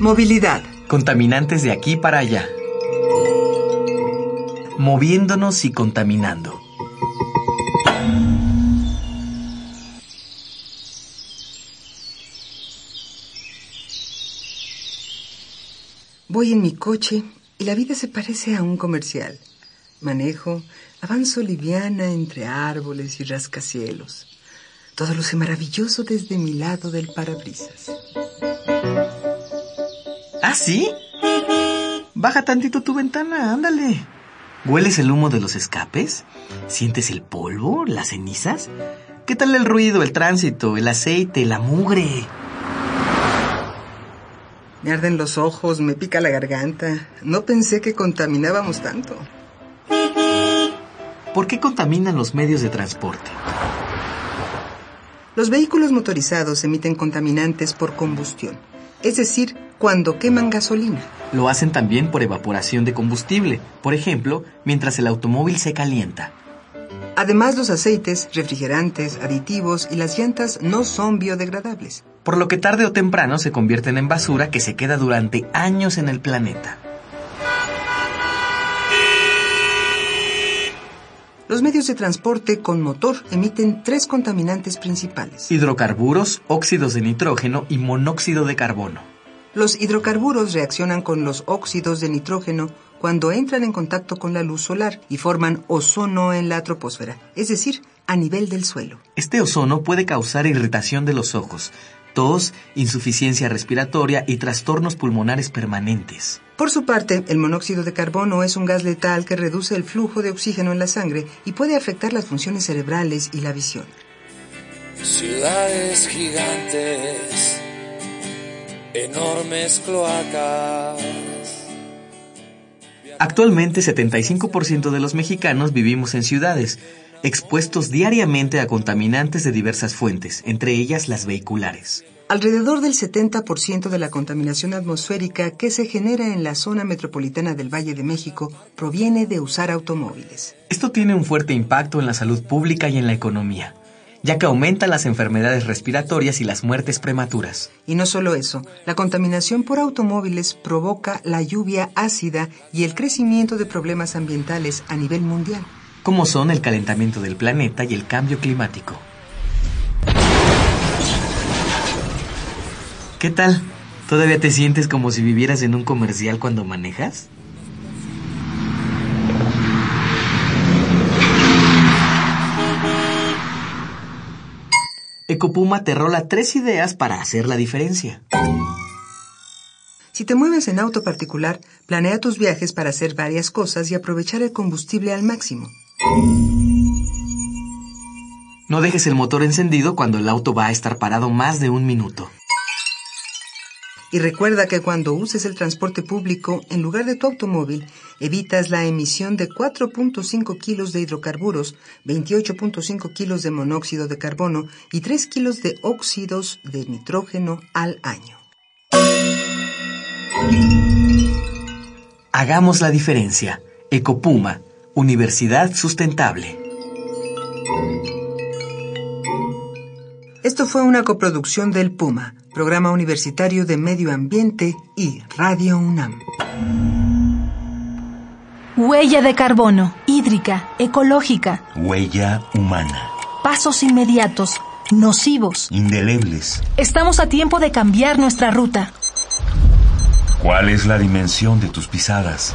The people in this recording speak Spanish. Movilidad. Contaminantes de aquí para allá. Moviéndonos y contaminando. Voy en mi coche y la vida se parece a un comercial. Manejo, avanzo liviana entre árboles y rascacielos. Todo luce maravilloso desde mi lado del parabrisas. ¿Ah, sí? Baja tantito tu ventana, ándale. ¿Hueles el humo de los escapes? ¿Sientes el polvo, las cenizas? ¿Qué tal el ruido, el tránsito, el aceite, la mugre? Me arden los ojos, me pica la garganta. No pensé que contaminábamos tanto. ¿Por qué contaminan los medios de transporte? Los vehículos motorizados emiten contaminantes por combustión, es decir, cuando queman gasolina. Lo hacen también por evaporación de combustible, por ejemplo, mientras el automóvil se calienta. Además, los aceites, refrigerantes, aditivos y las llantas no son biodegradables. Por lo que tarde o temprano se convierten en basura que se queda durante años en el planeta. Los medios de transporte con motor emiten tres contaminantes principales. Hidrocarburos, óxidos de nitrógeno y monóxido de carbono. Los hidrocarburos reaccionan con los óxidos de nitrógeno cuando entran en contacto con la luz solar y forman ozono en la troposfera, es decir, a nivel del suelo. Este ozono puede causar irritación de los ojos, tos, insuficiencia respiratoria y trastornos pulmonares permanentes. Por su parte, el monóxido de carbono es un gas letal que reduce el flujo de oxígeno en la sangre y puede afectar las funciones cerebrales y la visión. Ciudades gigantes, enormes cloacas. Actualmente 75% de los mexicanos vivimos en ciudades, expuestos diariamente a contaminantes de diversas fuentes, entre ellas las vehiculares. Alrededor del 70% de la contaminación atmosférica que se genera en la zona metropolitana del Valle de México proviene de usar automóviles. Esto tiene un fuerte impacto en la salud pública y en la economía, ya que aumentan las enfermedades respiratorias y las muertes prematuras. Y no solo eso, la contaminación por automóviles provoca la lluvia ácida y el crecimiento de problemas ambientales a nivel mundial, como son el calentamiento del planeta y el cambio climático. ¿Qué tal? ¿Todavía te sientes como si vivieras en un comercial cuando manejas? Ecopuma te rola tres ideas para hacer la diferencia. Si te mueves en auto particular, planea tus viajes para hacer varias cosas y aprovechar el combustible al máximo. No dejes el motor encendido cuando el auto va a estar parado más de un minuto. Y recuerda que cuando uses el transporte público en lugar de tu automóvil, evitas la emisión de 4.5 kilos de hidrocarburos, 28.5 kilos de monóxido de carbono y 3 kilos de óxidos de nitrógeno al año. Hagamos la diferencia. Ecopuma, Universidad Sustentable. Esto fue una coproducción del Puma, Programa Universitario de Medio Ambiente y Radio UNAM. Huella de carbono, hídrica, ecológica. Huella humana. Pasos inmediatos, nocivos. Indelebles. Estamos a tiempo de cambiar nuestra ruta. ¿Cuál es la dimensión de tus pisadas?